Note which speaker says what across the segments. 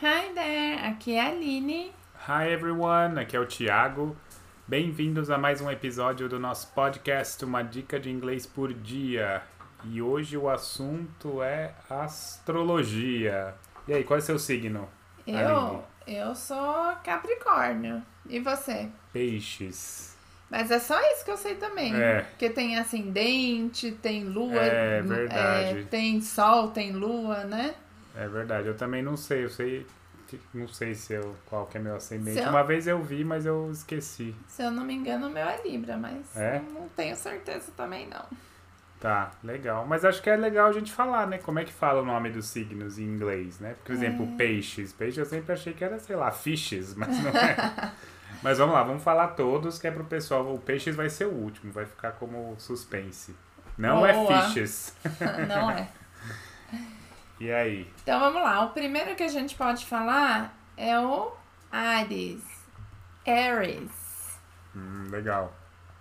Speaker 1: Hi there, aqui é a Aline.
Speaker 2: Hi everyone, aqui é o Thiago. Bem-vindos a mais um episódio do nosso podcast Uma Dica de Inglês por Dia. E hoje o assunto é astrologia. E aí, qual é seu signo?
Speaker 1: Eu, eu sou Capricórnio. E você?
Speaker 2: Peixes.
Speaker 1: Mas é só isso que eu sei também.
Speaker 2: É.
Speaker 1: Porque tem ascendente, tem lua,
Speaker 2: É,
Speaker 1: lu-
Speaker 2: verdade.
Speaker 1: é, tem sol, tem lua, né?
Speaker 2: É verdade, eu também não sei, eu sei. que- Não sei se eu, qual que é meu ascendente.
Speaker 1: Seu-
Speaker 2: Uma vez eu vi, mas eu esqueci.
Speaker 1: Se eu não me engano, o meu é Libra, mas
Speaker 2: É?
Speaker 1: não tenho certeza também não.
Speaker 2: Tá, legal. Mas acho que é legal a gente falar, né? Como é que fala o nome dos signos em inglês, né?
Speaker 1: É.
Speaker 2: Por exemplo, peixes. Peixe eu sempre achei que era, sei lá, fishes, mas não é. mas vamos lá, vamos falar todos, que é pro pessoal. O peixes vai ser o último, vai ficar como suspense. Não
Speaker 1: Boa.
Speaker 2: é fishes.
Speaker 1: não é.
Speaker 2: E aí?
Speaker 1: Então vamos lá. O primeiro que a gente pode falar é o Ares. Ares.
Speaker 2: Hum, legal.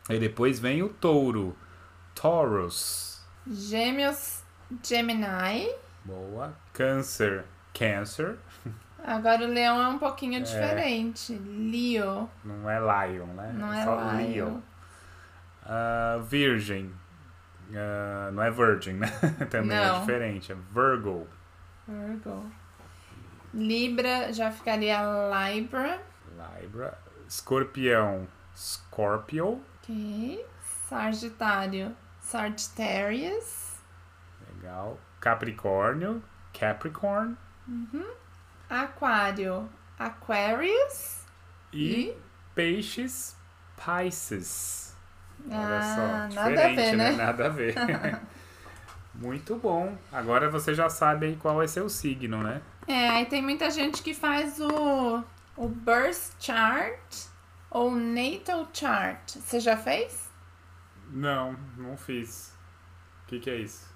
Speaker 2: E depois vem o touro. Taurus.
Speaker 1: Gêmeos Gemini.
Speaker 2: Boa. Câncer. Cancer.
Speaker 1: Agora o leão é um pouquinho diferente. Leo,
Speaker 2: Não é lion, né?
Speaker 1: não é
Speaker 2: Só
Speaker 1: lion.
Speaker 2: Leo. Ah, virgem. Ah, não é virgin, né? Também é
Speaker 1: Não.
Speaker 2: diferente. É Virgo.
Speaker 1: Virgo. Libra já ficaria Libra.
Speaker 2: Libra. Escorpião. Scorpio.
Speaker 1: Ok. Sagitário, Sagittarius.
Speaker 2: Legal. Capricórnio. Capricorn.
Speaker 1: Aquário, Aquarius.
Speaker 2: E, peixes. Pisces. Olha
Speaker 1: Ah,
Speaker 2: só.
Speaker 1: nada a
Speaker 2: Diferente,
Speaker 1: ver, né?
Speaker 2: Nada a ver. Muito bom. Agora você já sabe aí qual é seu signo, né?
Speaker 1: É, aí tem muita gente que faz o, o birth chart ou natal chart. Você já fez?
Speaker 2: Não, não fiz. O que, que é isso?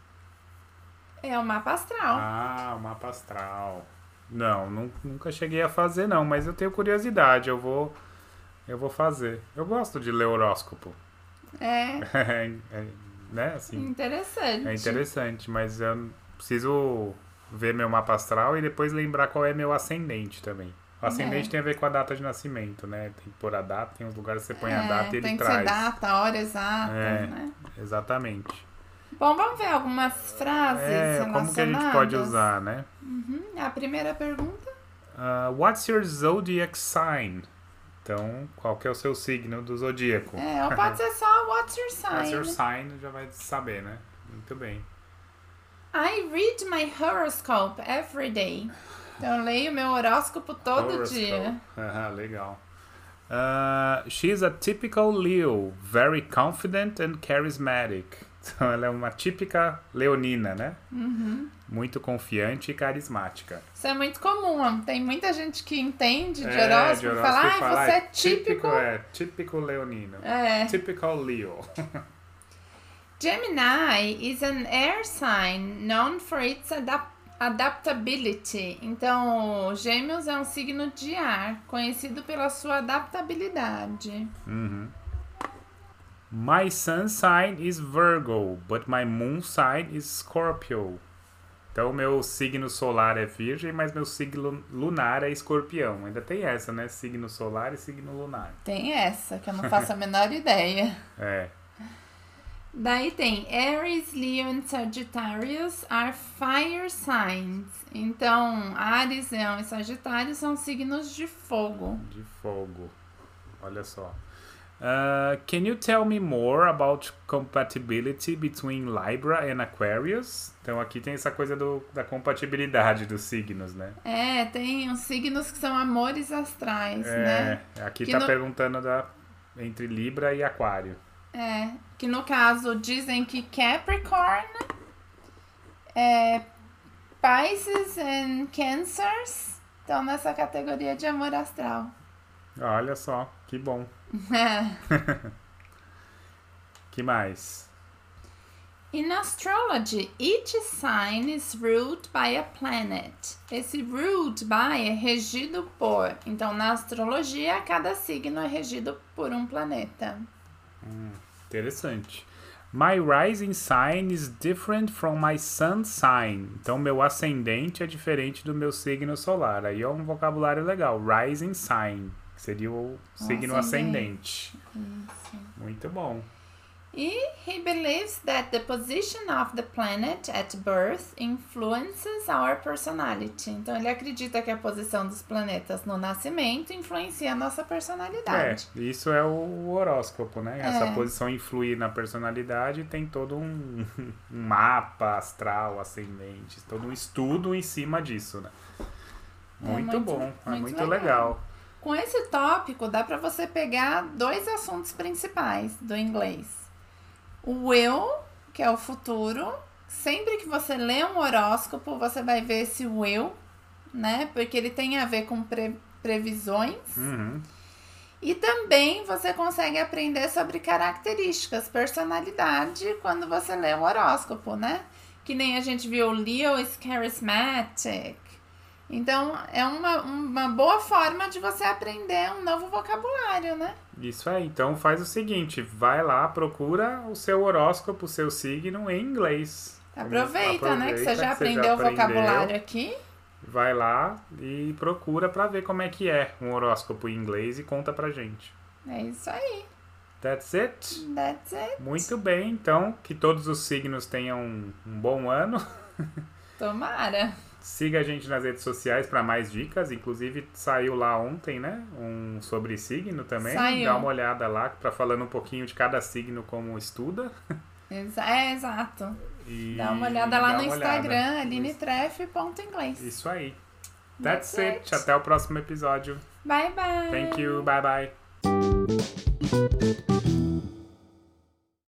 Speaker 1: É o mapa astral.
Speaker 2: Ah, o mapa astral. Não, nu- nunca cheguei a fazer não, mas eu tenho curiosidade, eu vou eu vou fazer. Eu gosto de ler horóscopo.
Speaker 1: É
Speaker 2: É, né? Assim,
Speaker 1: interessante.
Speaker 2: é interessante, mas eu preciso ver meu mapa astral e depois lembrar qual é meu ascendente também. O ascendente
Speaker 1: É.
Speaker 2: tem a ver com a data de nascimento, né? Tem que pôr a data, tem uns lugares que você põe a
Speaker 1: É,
Speaker 2: data e ele
Speaker 1: tem que
Speaker 2: traz.
Speaker 1: ser data, hora exata,
Speaker 2: É.
Speaker 1: né?
Speaker 2: Exatamente.
Speaker 1: Bom, vamos ver algumas frases
Speaker 2: É,
Speaker 1: relacionadas.
Speaker 2: como que a gente pode usar, né?
Speaker 1: Uhum, A primeira pergunta.
Speaker 2: Uh, what's your zodiac sign? Então, qual que é o seu signo do zodíaco?
Speaker 1: É, ou pode ser só what's your sign.
Speaker 2: What's Ah, your sign? Já vai saber, né? Muito bem.
Speaker 1: I read my horoscope every day. Então eu leio meu horóscopo todo
Speaker 2: Horoscope.
Speaker 1: dia.
Speaker 2: Ah, Legal. Uh, she's a typical Leo, very confident and charismatic. Então, ela é uma típica leonina, né?
Speaker 1: Uhum.
Speaker 2: Muito confiante e carismática.
Speaker 1: Isso é muito comum. Tem muita gente que entende de
Speaker 2: É,
Speaker 1: horóscopo e fala,
Speaker 2: horóscopo
Speaker 1: ai,
Speaker 2: fala,
Speaker 1: você é típico.
Speaker 2: É, típico leonino.
Speaker 1: É.
Speaker 2: Typical Leo.
Speaker 1: Gemini is an air sign known for its adap- adaptability. Então, Gêmeos é um signo de ar, conhecido pela sua adaptabilidade.
Speaker 2: My sun sign is Virgo, but my moon sign is Scorpio. Então, meu signo solar é Virgem, mas meu signo lunar é Escorpião. Ainda tem essa, né? Signo solar e signo lunar.
Speaker 1: Tem essa, que eu não faço a menor ideia.
Speaker 2: É.
Speaker 1: Daí tem Aries, Leo and Sagittarius are fire signs. Então, Ares, Leão e Sagitário são signos de fogo.
Speaker 2: De fogo. Olha só. Uh, can you tell me more about compatibility between Libra and Aquarius? Então aqui tem essa coisa do, da compatibilidade dos signos, né?
Speaker 1: É, tem uns signos que são amores astrais, né?
Speaker 2: É, aqui
Speaker 1: Que
Speaker 2: tá
Speaker 1: no-
Speaker 2: perguntando da, entre Libra e Aquário.
Speaker 1: É, que no caso dizem que Capricorn é Pisces and Cancers estão nessa categoria de amor astral.
Speaker 2: Olha só, que bom. Que mais?
Speaker 1: In astrology, each sign is ruled by a planet. Esse ruled by é regido por. Então, na astrologia, cada signo é regido por um planeta.
Speaker 2: Interessante. My rising sign is different from my sun sign. Então, meu ascendente é diferente do meu signo solar. Aí é um vocabulário legal. Rising sign, que seria o signo ascendente.
Speaker 1: Isso.
Speaker 2: Muito bom.
Speaker 1: E he believes that the position of the planet at birth influences our personality. Então ele acredita que a posição dos planetas no nascimento influencia a nossa personalidade.
Speaker 2: É, isso é o horóscopo, né? Essa
Speaker 1: Tá. É.
Speaker 2: posição influir na personalidade tem todo um, um mapa astral, ascendente, todo um estudo em cima disso, né?
Speaker 1: É
Speaker 2: Muito,
Speaker 1: muito-
Speaker 2: bom, é
Speaker 1: muito
Speaker 2: muito
Speaker 1: legal.
Speaker 2: legal.
Speaker 1: Com esse tópico dá para você pegar dois assuntos principais do inglês. O eu, que é o futuro. Sempre que você lê um horóscopo, você vai ver esse eu, né? Porque ele tem a ver com pre- previsões.
Speaker 2: Uhum.
Speaker 1: E também você consegue aprender sobre características, personalidade, quando você lê o horóscopo, né? Que nem a gente viu, Leo is charismatic. Então, é uma, uma boa forma de você aprender um novo vocabulário, né?
Speaker 2: Isso aí, então faz o seguinte, vai lá, procura o seu horóscopo, o seu signo em inglês.
Speaker 1: Aproveita, né? Que você já
Speaker 2: que você
Speaker 1: aprendeu o
Speaker 2: aprendeu.
Speaker 1: vocabulário aqui.
Speaker 2: Vai lá e procura pra ver como é que é um horóscopo em inglês e conta pra gente.
Speaker 1: É isso aí.
Speaker 2: That's it.
Speaker 1: That's it.
Speaker 2: Muito bem, então que todos os signos tenham um bom ano.
Speaker 1: Tomara.
Speaker 2: Siga a gente nas redes sociais pra mais dicas, inclusive saiu lá ontem, né? Um sobre signo também.
Speaker 1: Saiu.
Speaker 2: Dá uma olhada lá pra falando um pouquinho de cada signo como estuda.
Speaker 1: Exa- é, exato.
Speaker 2: E
Speaker 1: Dá uma olhada lá
Speaker 2: dá
Speaker 1: no
Speaker 2: uma olhada.
Speaker 1: Instagram, alinetref.inglês.
Speaker 2: Isso aí. That's,
Speaker 1: That's
Speaker 2: it.
Speaker 1: it.
Speaker 2: Até o próximo episódio.
Speaker 1: Bye, bye.
Speaker 2: Thank you. Bye bye.